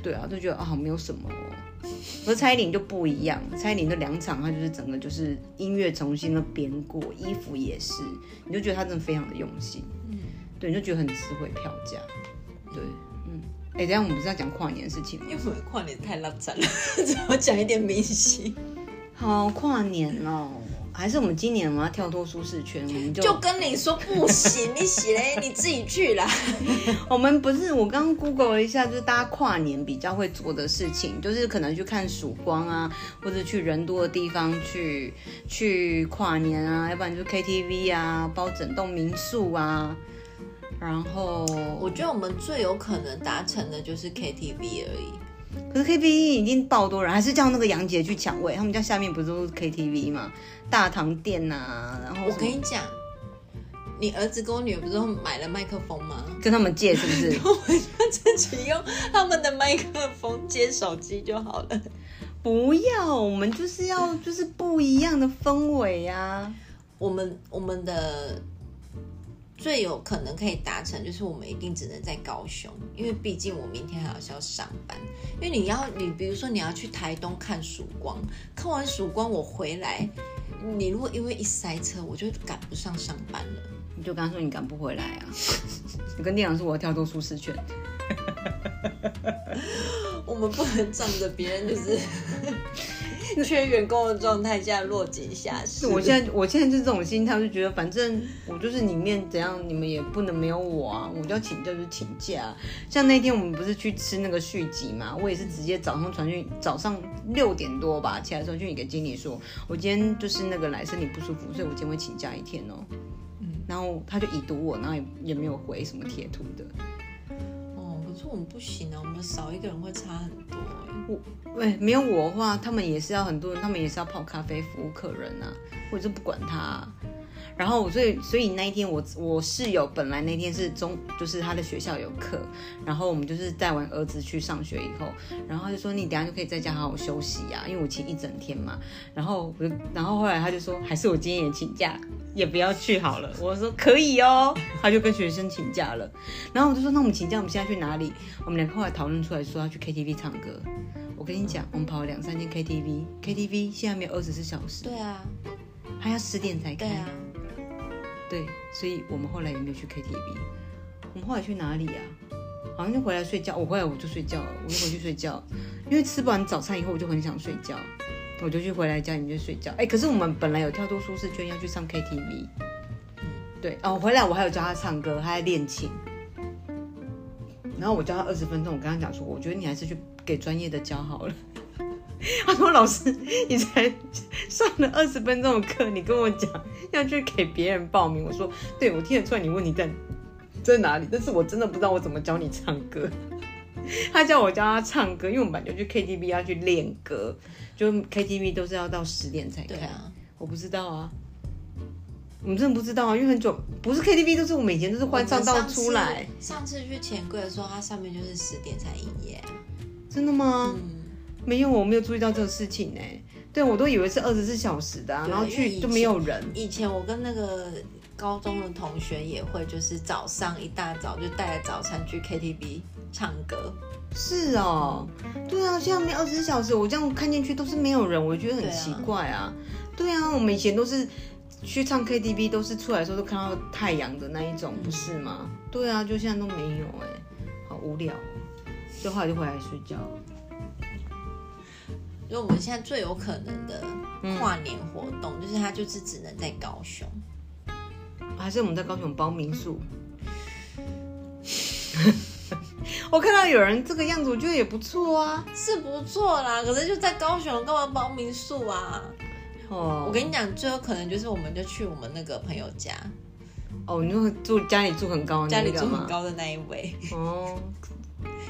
对啊，就觉得啊没有什么、哦。而蔡依林就不一样，蔡依林的两场，她就是整个就是音乐重新的编过，衣服也是，你就觉得她真的非常的用心，嗯，对，你就觉得很值回票价。对，嗯，哎、等一下我们不是要讲跨年的事情吗？因为我的跨 (laughs) 年太浪惨了，怎么讲一点明星？好，跨年哦。还是我们今年我们要跳脱舒适圈，我们就就跟你说不行，你洗嘞，你自己去啦。我们不是我刚 Google 了一下，就是大家跨年比较会做的事情，就是可能去看曙光啊，或者去人多的地方去去跨年啊，要不然就是 KTV 啊，包整栋民宿啊，然后我觉得我们最有可能达成的就是 KTV 而已。可是 KTV 已经爆多人，还是叫那个杨姐去抢位。他们家下面不是都是 KTV 嘛，大堂店呐、啊，然后我什么跟你讲，你儿子跟我女儿不是都买了麦克风吗？ (laughs) 跟他们借是不是？自己用他们的麦克风接手机就好了。不要，我们就是要就是不一样的氛围呀、啊。我们我们的最有可能可以达成，就是我们一定只能在高雄，因为毕竟我明天还是要上班。因为你要你比如说你要去台东看曙光，看完曙光我回来，你如果因为一塞车，我就赶不上上班了。你就跟他说你赶不回来啊！ (laughs) 你跟店长说我要跳脱舒适圈，我们不能仗着别人就是 (laughs) 缺员工的状态下落井下石。我现在我现在就是这种心态，我就觉得反正我就是里面怎样，你们也不能没有我啊！我就要请假就请假。像那天我们不是去吃那个续集嘛，我也是直接早上传讯，早上六点多吧起来传讯给经理说，我今天就是那个来身体不舒服，所以我今天会请假一天哦。然后他就已读我，然后也也没有回什么贴图的。哦，可是我们不行啊，我们少一个人会差很多欸、喂，没有我的话，他们也是要很多人，他们也是要泡咖啡服务客人啊，我就不管他啊、然后我所以所以那一天我我室友本来那天是中就是他的学校有课，然后我们就是带完儿子去上学以后，然后他就说你等一下就可以在家好好休息啊，因为我请一整天嘛。然后我就然后后来他就说还是我今天也请假，也不要去好了。我说可以哦，他就跟学生请假了。然后我就说那我们请假，我们现在去哪里？我们两个后来讨论出来说要去 KTV 唱歌。我跟你讲，我们跑了两三间 KTV，KTV 现在没有二十四小时，对啊，还要十点才开。对啊，对，所以我们后来也没有去 KTV。我们后来去哪里啊？好像就回来睡觉。我回来我就睡觉了，我就回去睡觉，因为吃完早餐以后我就很想睡觉，我就去回来家里面就睡觉。哎、可是我们本来有跳脱舒适圈要去上 KTV。对哦，回来我还有教他唱歌，他在练琴。然后我教他二十分钟，我跟他讲说，我觉得你还是去给专业的教好了。 (laughs) 他说：“老师，你才上了二十分钟的课，你跟我讲要去给别人报名。”我说：“对，我听得出来你问题在在哪里，但是我真的不知道我怎么教你唱歌。” (laughs) 他叫我教他唱歌，因为我们本来就去 KTV 要去练歌，就 KTV 都是要到十点才开。对啊，我不知道啊，我们真的不知道啊，因为很久不是 KTV 都是我们以前都是换上到出来，我们上次。上次去钱柜的时候，它上面就是十点才营业啊。真的吗？嗯，没有，我没有注意到这个事情呢、对我都以为是二十四小时的、啊，对然后去因为以前就没有人。以前我跟那个高中的同学也会，就是早上一大早就带着早餐去 KTV 唱歌。是哦，对啊，现在没有二十四小时，我这样看进去都是没有人，我觉得很对啊奇怪啊。对啊，我们以前都是去唱 KTV 都是出来的时候都看到太阳的那一种，嗯不是吗？对啊，就现在都没有哎、好无聊、哦。就后来就回来睡觉了。因为我们现在最有可能的嗯跨年活动，就是它就是只能在高雄。还是我们在高雄包民宿？ (laughs) 我看到有人这个样子，我觉得也不错啊。是不错啦，可是就在高雄，干嘛包民宿啊？哦，我跟你讲，最有可能就是我们就去我们那个朋友家，哦，你说住家里住很高的家那里个住很吗高的那一位，哦，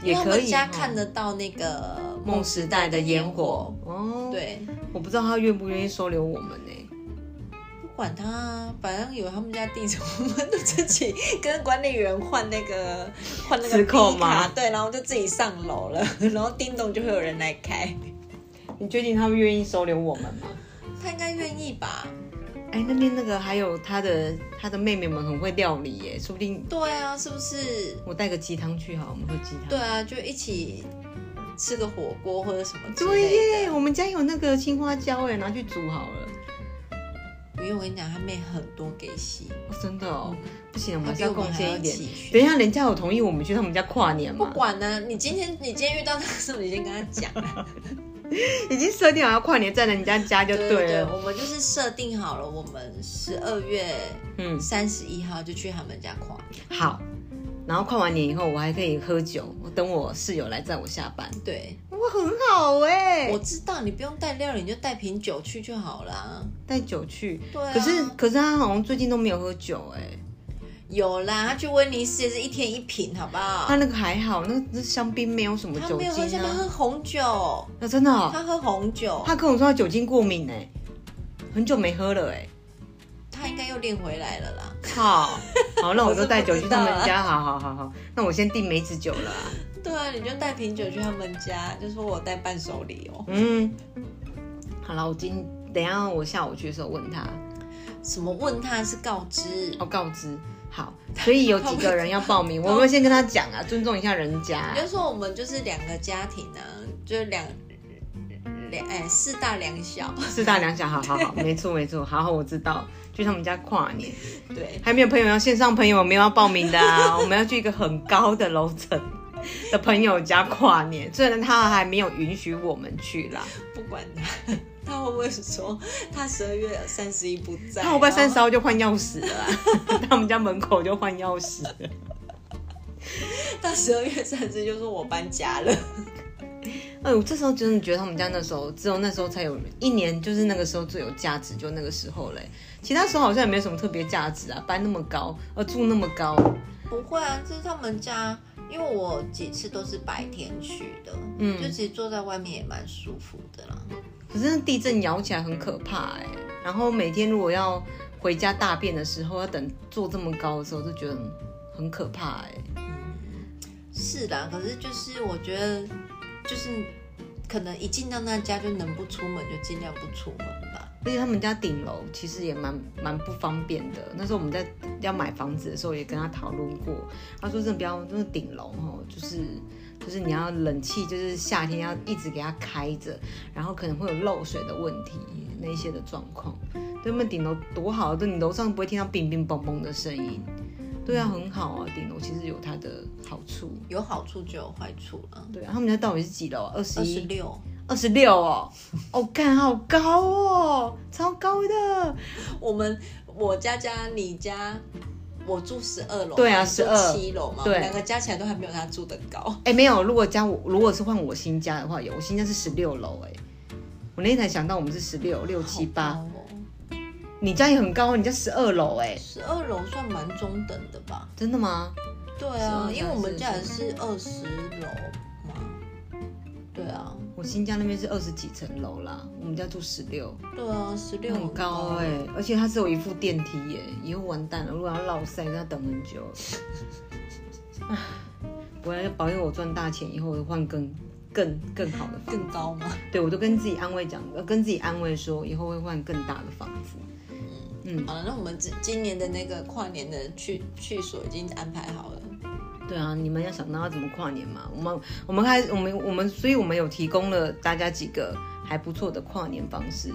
因为也他可们以家哦看得到那个梦时代的烟火。哦。，对，我不知道他愿不愿意收留我们呢？不管他啊，反正有他们家地址，我们就自己跟管理员换那 (laughs) 个换那个磁扣 B 吗卡，对，然后就自己上楼了，然后叮咚就会有人来开，你确定他们愿意收留我们吗？他应该愿意吧？哎，那边那个还有他的他的妹妹们很会料理耶，说不定对啊，是不是？我带个鸡汤去好，我们喝鸡汤。对啊，就一起吃个火锅或者什么之对类的。耶，我们家有那个青花椒哎，拿去煮好了。因为我跟你讲，他妹很多给洗，哦真的哦，不行，我们他还是要比我们贡还献要一点期。许等一下，人家有同意我们去他们家跨年不嘛？管呢、你今天你今天遇到他的时候，你先跟他讲啊。已经设定好要跨年在人家家就对了。对，我们就是设定好了，我们十二月嗯，三十一号就去他们家跨。好。然后跨完年以后，我还可以喝酒，我等我室友来载我下班，对，我很好哎、我我知道你不用带料理，你就带瓶酒去就好啦。带酒去，对啊可是可是他好像最近都没有喝酒哎、有啦，他去威尼斯也是一天一瓶，好不好他？那个还好，那个那香槟没有什么他酒没有喝精香槟，他啊，喝红酒，那、真的哦、他喝红酒，他跟我说他酒精过敏哎、很久没喝了哎、他应该又练回来了啦。好，好，那我就带酒去他我是们不知道家，好好好好，那我先订梅子酒了啊、对啊，你就带瓶酒去他们家，就说我带伴手礼哦。嗯，好了，我今等一下我下午去的时候问他，什么问他是告知，我告知。好，所以有几个人要报 (laughs) 名，我们先跟他讲啊，尊重一下人家啊你。就说我们就是两个家庭啊，就是两两哎四大两小，四大两小，好好好，没错没错，好好我知道，去他们家跨年。对，还没有朋友要线上朋友没有要报名的 (laughs) 啊，我们要去一个很高的楼层的朋友家跨年，虽然他还没有允许我们去啦。不管他，他会不会说他十二月三十一不在？他会不会三十然后？号就换钥匙 (laughs) 了啦？他们家门口就换钥匙了。他十二月三十就说我搬家了，哎，我这时候真的觉得他们家那时候，只有那时候才有一年，就是那个时候最有价值，就那个时候嘞。其他时候好像也没什么特别价值啊，搬那么高，呃，住那么高，不会啊，这是他们家。因为我几次都是白天去的，嗯，就其实坐在外面也蛮舒服的啦。可是那地震摇起来很可怕哎、然后每天如果要回家大便的时候，要等坐这么高的时候，就觉得很很可怕哎、是啦，可是就是我觉得，就是可能一进到那家就能不出门就尽量不出门吧。而且他们家顶楼其实也蛮蛮不方便的。那时候我们在要买房子的时候，也跟他讨论过，他说真的不要，就是顶楼哦，就是就是你要冷气，就是夏天要一直给它开着，然后可能会有漏水的问题那一些的状况。对他们顶楼多好，就你楼上不会听到乒乒乓乓的声音。对啊，很好啊，顶楼其实有它的好处。有好处就有坏处了。对啊，他们家到底是几楼啊？二十二十一、六，二十六哦。哦，干，好高哦，超高的。我们我家家你家，我住十二楼，对啊你住12七楼嘛，我对们两个加起来都还没有他住的高。哎、没有，如果加我，如果是换我新家的话，有我新家是十六楼，哎，我那天才想到我们是十六六七八，哦你家也很高，你家十二楼，哎，十二楼算蛮中等的吧？真的吗？对12啊，楼因为我们家也是是二十楼嘛。对啊，我新家那边是二十几层楼啦，我们家住十六，对啊，十六很高哎、而且它只有一副电梯耶，以后完蛋了，如果要落塞，那要等很久。 (sighs) 唉我要保佑我赚大钱，以后我就换更更更好的房子更高吗？对我都跟自己安慰讲，呃跟自己安慰说，以后会换更大的房子。好了，那我们今今年的那个跨年的去去所已经安排好了。对啊，你们要想到要怎么跨年嘛？我们我们开我们我们，所以我们有提供了大家几个还不错的跨年方式。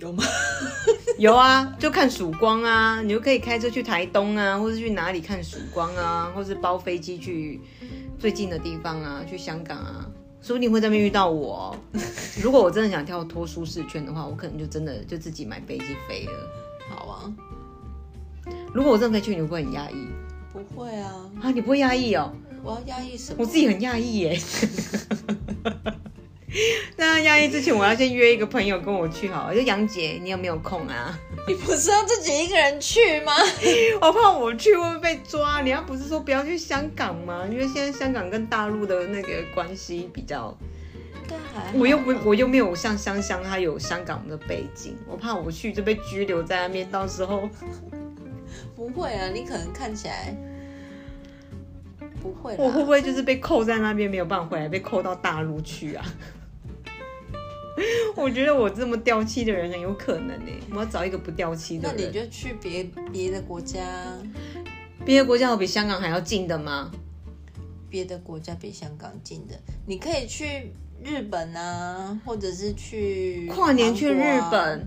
有吗？ (laughs) 有啊，就看曙光啊，你就可以开车去台东啊，或是去哪里看曙光啊，或是包飞机去最近的地方啊，去香港啊，说不定会在那边遇到我 (laughs) 哦、如果我真的想跳脱舒适圈的话，我可能就真的就自己买飞机飞了。好啊，如果我真的可以去，你会不会很压抑不会啊，啊？你不会压抑哦、我要压抑什么？我自己很讶异耶。 (laughs) 那讶异之前，我要先约一个朋友跟我去好了，就杨姐，你有没有空啊？你不是要自己一个人去吗？我怕我去会不会被抓。你要不是说不要去香港吗？因为现在香港跟大陆的那个关系比较，但还好我又不我又没有像香香她有香港的背景，我怕我去就被拘留在那边，到时候不会啊，你可能看起来不会我会不啦。会就是被扣在那边没有办法回 (laughs) 来，被扣到大陆去啊？ (laughs) 我觉得我这么掉漆的人很有可能呢、我要找一个不掉漆那的你人。就去别别的国家，别的国家有比香港还要近的吗？别的国家比香港近的，你可以去日本啊，或者是去跨年去日韩国啊本，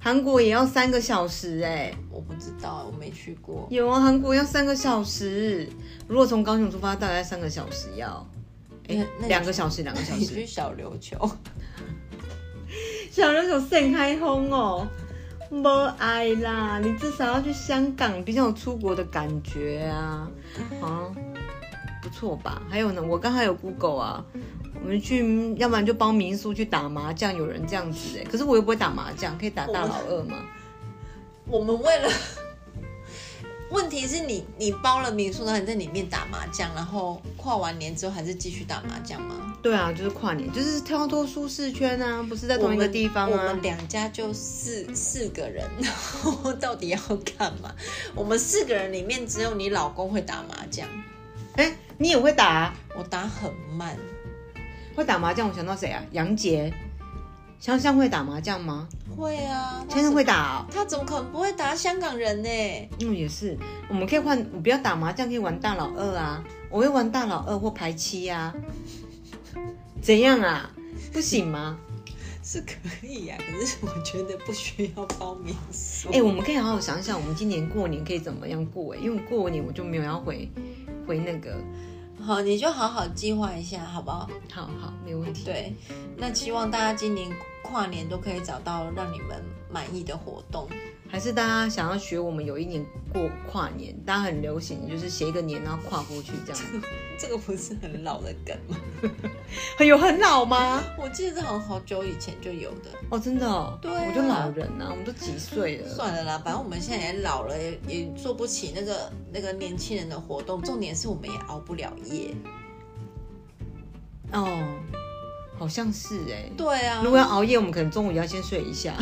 韩国也要三个小时哎、我不知道，我没去过。有啊，韩国要三个小时，如果从高雄出发，大概三个小时要，那哎那你两个小时，两个小你时。去小琉球，小琉球盛开轰哦，没爱啦，你至少要去香港，比较有出国的感觉啊，啊，不错吧？还有呢，我刚才有 Google 啊，我们去，要不然就帮民宿去打麻将，有人这样子哎、可是我又不会打麻将，可以打大老二吗？我们为了。问题是你，你包了民宿，然后你在里面打麻将，然后跨完年之后还是继续打麻将吗？对啊，就是跨年，就是跳脱舒适圈啊，不是在我同一个们地方我啊们。两家就四四个人，然后到底要干嘛？我们四个人里面只有你老公会打麻将，哎、你也会打、啊？我打很慢，会打麻将，我想到谁啊？杨杰，香香会打麻将吗？会啊，他香香怎会打、哦。他怎么可能不会打香港人呢、嗯，也是，我们可以换，我不要打麻将，可以玩大老二啊，我会玩大老二或排七啊，怎样啊？不行吗？是可以呀、可是我觉得不需要包民宿。哎、我们可以好好想想，我们今年过年可以怎么样过、哎，因为过年我就没有要回回那个，好，你就好好计划一下，好不好？好好，没问题。对，那希望大家今年跨年都可以找到让你们满意的活动。还是大家想要学我们有一年过跨年，大家很流行，就是写一个年然后跨过去这样。 (laughs) 这个不是很老的梗吗？哎有很老吗？我记得这好像好久以前就有的。哦，真的哦，对啊我就老人啊，我们都几岁了。算了啦，反正我们现在也老了，也也做不起那个那个年轻人的活动。重点是我们也熬不了夜。哦，好像是哎、对啊， (laughs) 如果要熬夜，我们可能中午也要先睡一下，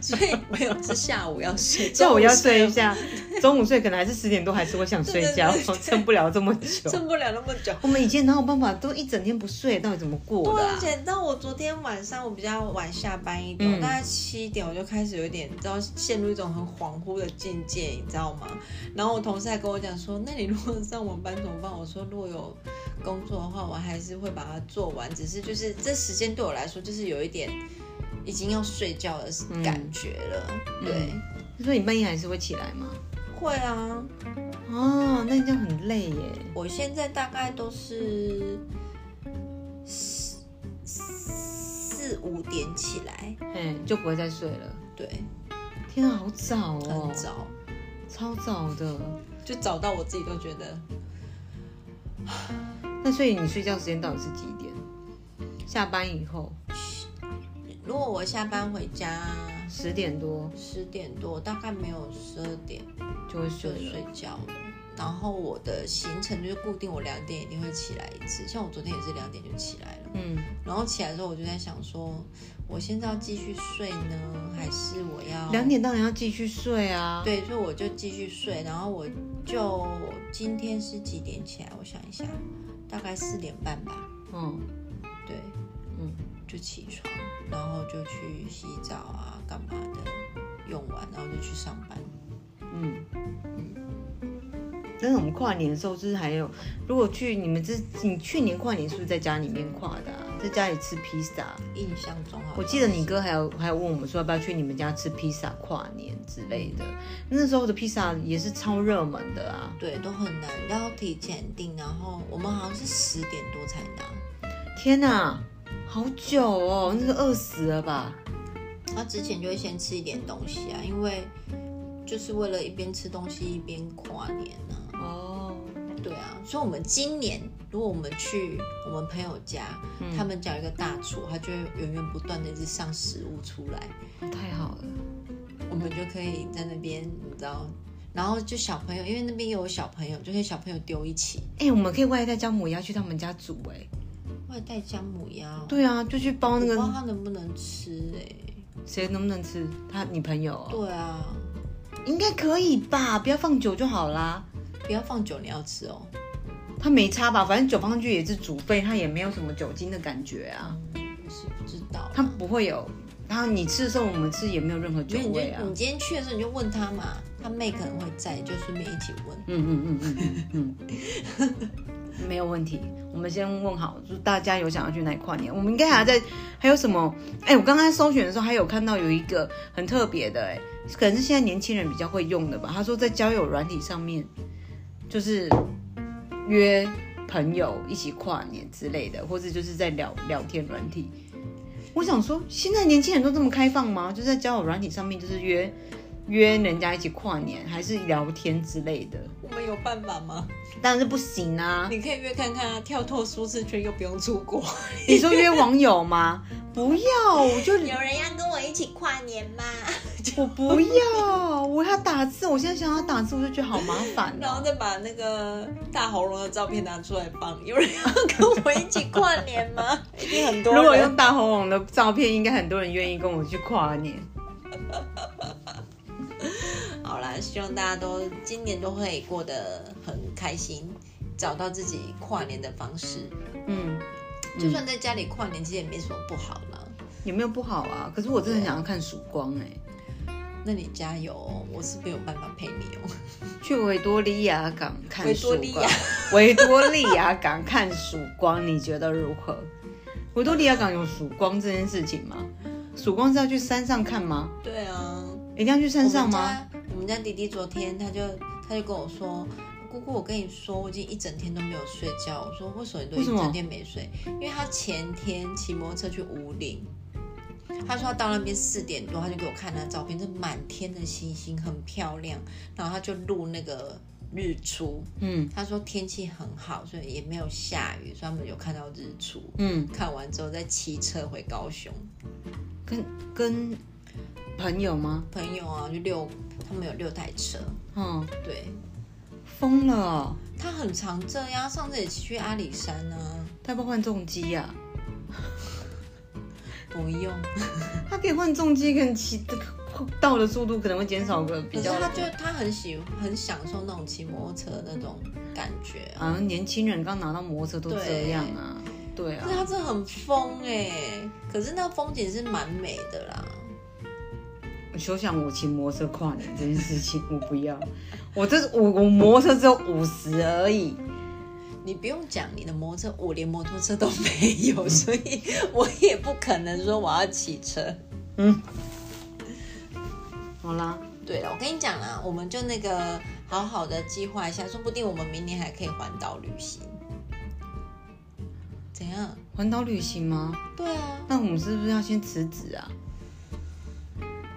所以没有是下午要睡，下午要睡一中午哦下，中午睡可能还是十点多，还是会想睡觉对对对，对撑不了这么 (laughs) 久。撑不了那么久。我们以前哪有办法都一整天不睡，到底怎么过对，的、而啊？且到我昨天晚上我比较晚下班一点，嗯我大概七点我就开始有点，你知道陷入一种很恍惚的境界，你知道吗？然后我同事还跟我讲说，那你如果上晚班怎么办？我说如果有工作的话，我还是会把它做完，只是就是这时间对我来说就是有一点已经要睡觉的嗯感觉了，对。所以你半夜还是会起来吗？会啊，哦，那你这样很累耶。我现在大概都是四四五点起来，嗯，就不会再睡了。对，天啊，好早哦，很早，超早的。就早到我自己都觉得那所以你睡觉时间到底是几点？下班以后如果我下班回家十点多十点多，大概没有十二点就会就睡了。睡觉了。然后我的行程就是固定，我两点一定会起来一次。像我昨天也是两点就起来了，嗯，然后起来之后我就在想说，我现在要继续睡呢，还是我要两？点当然要继续睡啊。对，所以我就继续睡。然后我就今天是几点起来？我想一下，大概四点半吧。嗯对，嗯。就起床，然后就去洗澡啊，干嘛的，用完然后就去上班。嗯，但是我们跨年的时候，就是还有，如果去你们这，你去年跨年是不是在家里面跨的、啊？在家里吃披萨？印象中好像，我记得你哥还有还有问我们说要不要去你们家吃披萨跨年之类的。那时候的披萨也是超热门的啊！对都很难，要提前订，然后我们好像是十点多才拿。天哪、好久哦，那个饿死了吧？那之前就会先吃一点东西啊，因为就是为了一边吃东西一边跨年啊。哦，对啊，所以我们今年如果我们去我们朋友家，嗯他们家有一个大厨，他就会源源不断的一直上食物出来，太好了。我们就可以在那边，你知道，然后就小朋友，因为那边也有小朋友，就跟小朋友丢一起哎、我们可以外带姜母鸭去他们家煮哎、外带姜母鸭哦。对啊，就去包那我不知道个他能不能吃哎、谁能不能吃？他你朋友、哦？对啊，应该可以吧，不要放酒就好啦。不要放酒，你要吃哦。它没差吧，反正酒放上去也是煮沸，它也没有什么酒精的感觉啊，我是不知道啦，啊它不会有。它你吃的时候，我们吃也没有任何酒因为你味啊就。你今天去的时候你就问他嘛，他妹可能会在，就顺便一起问。嗯嗯嗯嗯嗯嗯。没有问题。我们先问好，就是大家有想要去哪里跨年？我们应该还要在还有什么？哎、我刚刚搜寻的时候还有看到有一个很特别的、哎，可能是现在年轻人比较会用的吧。他说在交友软体上面，就是约朋友一起跨年之类的，或者就是在聊聊天软体。我想说，现在年轻人都这么开放吗？就在交友软体上面，就是约约人家一起跨年，还是聊天之类的？我们有办法吗？当然是不行啊！你可以约看看啊，跳脱舒适圈又不用出国。你说约网友吗？不要，我就 (laughs) 有人要跟我一起跨年吗？ (laughs) 我不要，我要打字。我现在想要打字，我就觉得好麻烦然哦、后再把那个大喉咙的照片拿出来放。有人要跟我一起跨年吗？ (laughs) 一定 (laughs) 很多人。如果用大喉咙的照片，应该很多人愿意跟我去跨年。好啦，希望大家都今年都会过得很开心，找到自己跨年的方式。嗯，就算在家里跨年，其实也没什么不好啦。也没有不好啊。可是我真的很想要看曙光哎、那你加油哦，我是没有办法陪你哦。去维多利亚港看维曙多光利亚， (laughs) 维多利亚港看曙光，你觉得如何？维多利亚港有曙光这件事情吗？曙光是要去山上看吗？对啊，一定要去山上吗？我们家？我们家弟弟昨天他就他就跟我说。姑姑，我跟你说，我已经一整天都没有睡觉。我说为什么你都为一什么整天没睡？因为他前天骑摩托车去五岭，他说他到那边四点多，他就给我看那照片，这满天的星星很漂亮。然后他就录那个日出，嗯他说天气很好，所以也没有下雨，所以他们有看到日出。嗯，看完之后再骑车回高雄，跟跟朋友吗？朋友啊就六，他们有六台车，嗯，对，疯了哦、他很常这样，上次也骑去阿里山啊，他要不要换重机啊呀、不用。他可以换重机，可能骑到的速度可能会减少个比可是较。他就他很喜很享受那种骑摩托车那种感觉啊，好像年轻人刚拿到摩托车都这样啊，对可啊是，他真的很疯哎、可是那风景是蛮美的啦。休想我骑摩托车跨年这件事情，我不要。 (laughs) 我这我我摩托车只有五十而已，你不用讲你的摩托车，我连摩托车都没 (laughs) 有，所以我也不可能说我要骑车。好啦，对了，我跟你讲啦，我们就那个好好的计划一下，说不定我们明年还可以环岛旅行。怎样？环岛旅行吗？对啊，那我们是不是要先辞职啊？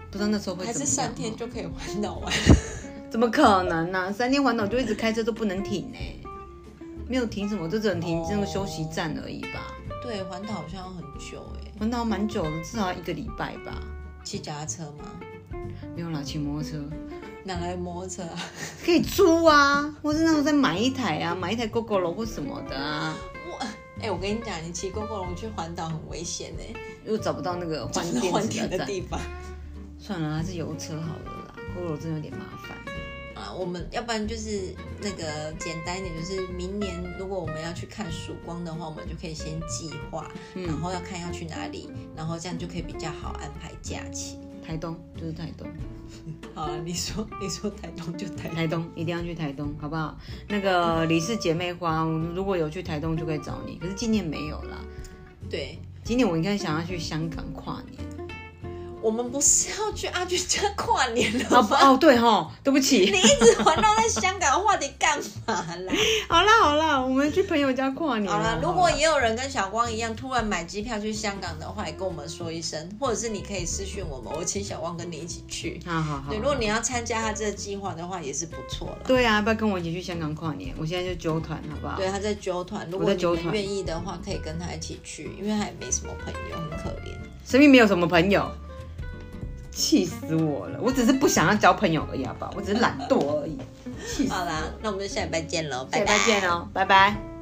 不知道那时候会还怎么是样三天就可以环岛完？怎么可能呢、三天环岛就一直开车都不能停呢、没有停什么，就只能停这种休息站而已吧。 (laughs) 对，环岛好像要很久哎、环岛蛮久的，至少一个礼拜吧。骑脚踏车吗？没有啦，骑摩托车哪来摩托车啊？可以租啊，或是那种再买一台啊，买一台 GoGo 楼或什么的啊， (laughs) 我哎、我跟你讲，你骑公共龙去环岛很危险哎、又找不到那个换就是换电池的电的站，地方。算了，还是油车好了啦。GoGo 楼真的有点麻烦。啊，我们要不然就是那个简单一点，就是明年如果我们要去看曙光的话，我们就可以先计划，然后要看要去哪里，然后这样就可以比较好安排假期。台东就是台东，好了，你说你说台东就台东，台东一定要去台东，好不好？那个李氏姐妹花，如果有去台东就可以找你，可是今年没有啦。对今年我应该想要去香港跨年。我们不是要去阿俊家跨年了哦不吗？哦，对哈，对不 (laughs) 起你。一直环绕在香港的话题干嘛 (laughs) 啦？好啦好啦，我们去朋友家跨年。啊好了，如果也有人跟小光一样突然买机票去香港的话，也跟我们说一声，或者是你可以私讯我们，我请小光跟你一起去。好好好对，，如果你要参加他这个计划的话，也是不错了。对啊，要不要跟我一起去香港跨年？我现在就揪团，好不好？对，啊他在纠团，如我果在你纠们团愿意的话，可以跟他一起去，因为他也没什么朋友，很可怜。 (laughs) 身边没有什么朋友，气死我了！我只是不想要交朋友而已，好不好？我只是懒惰而已。气死！好啦，那我们就下礼拜见喽，下拜礼拜拜见哦，拜拜。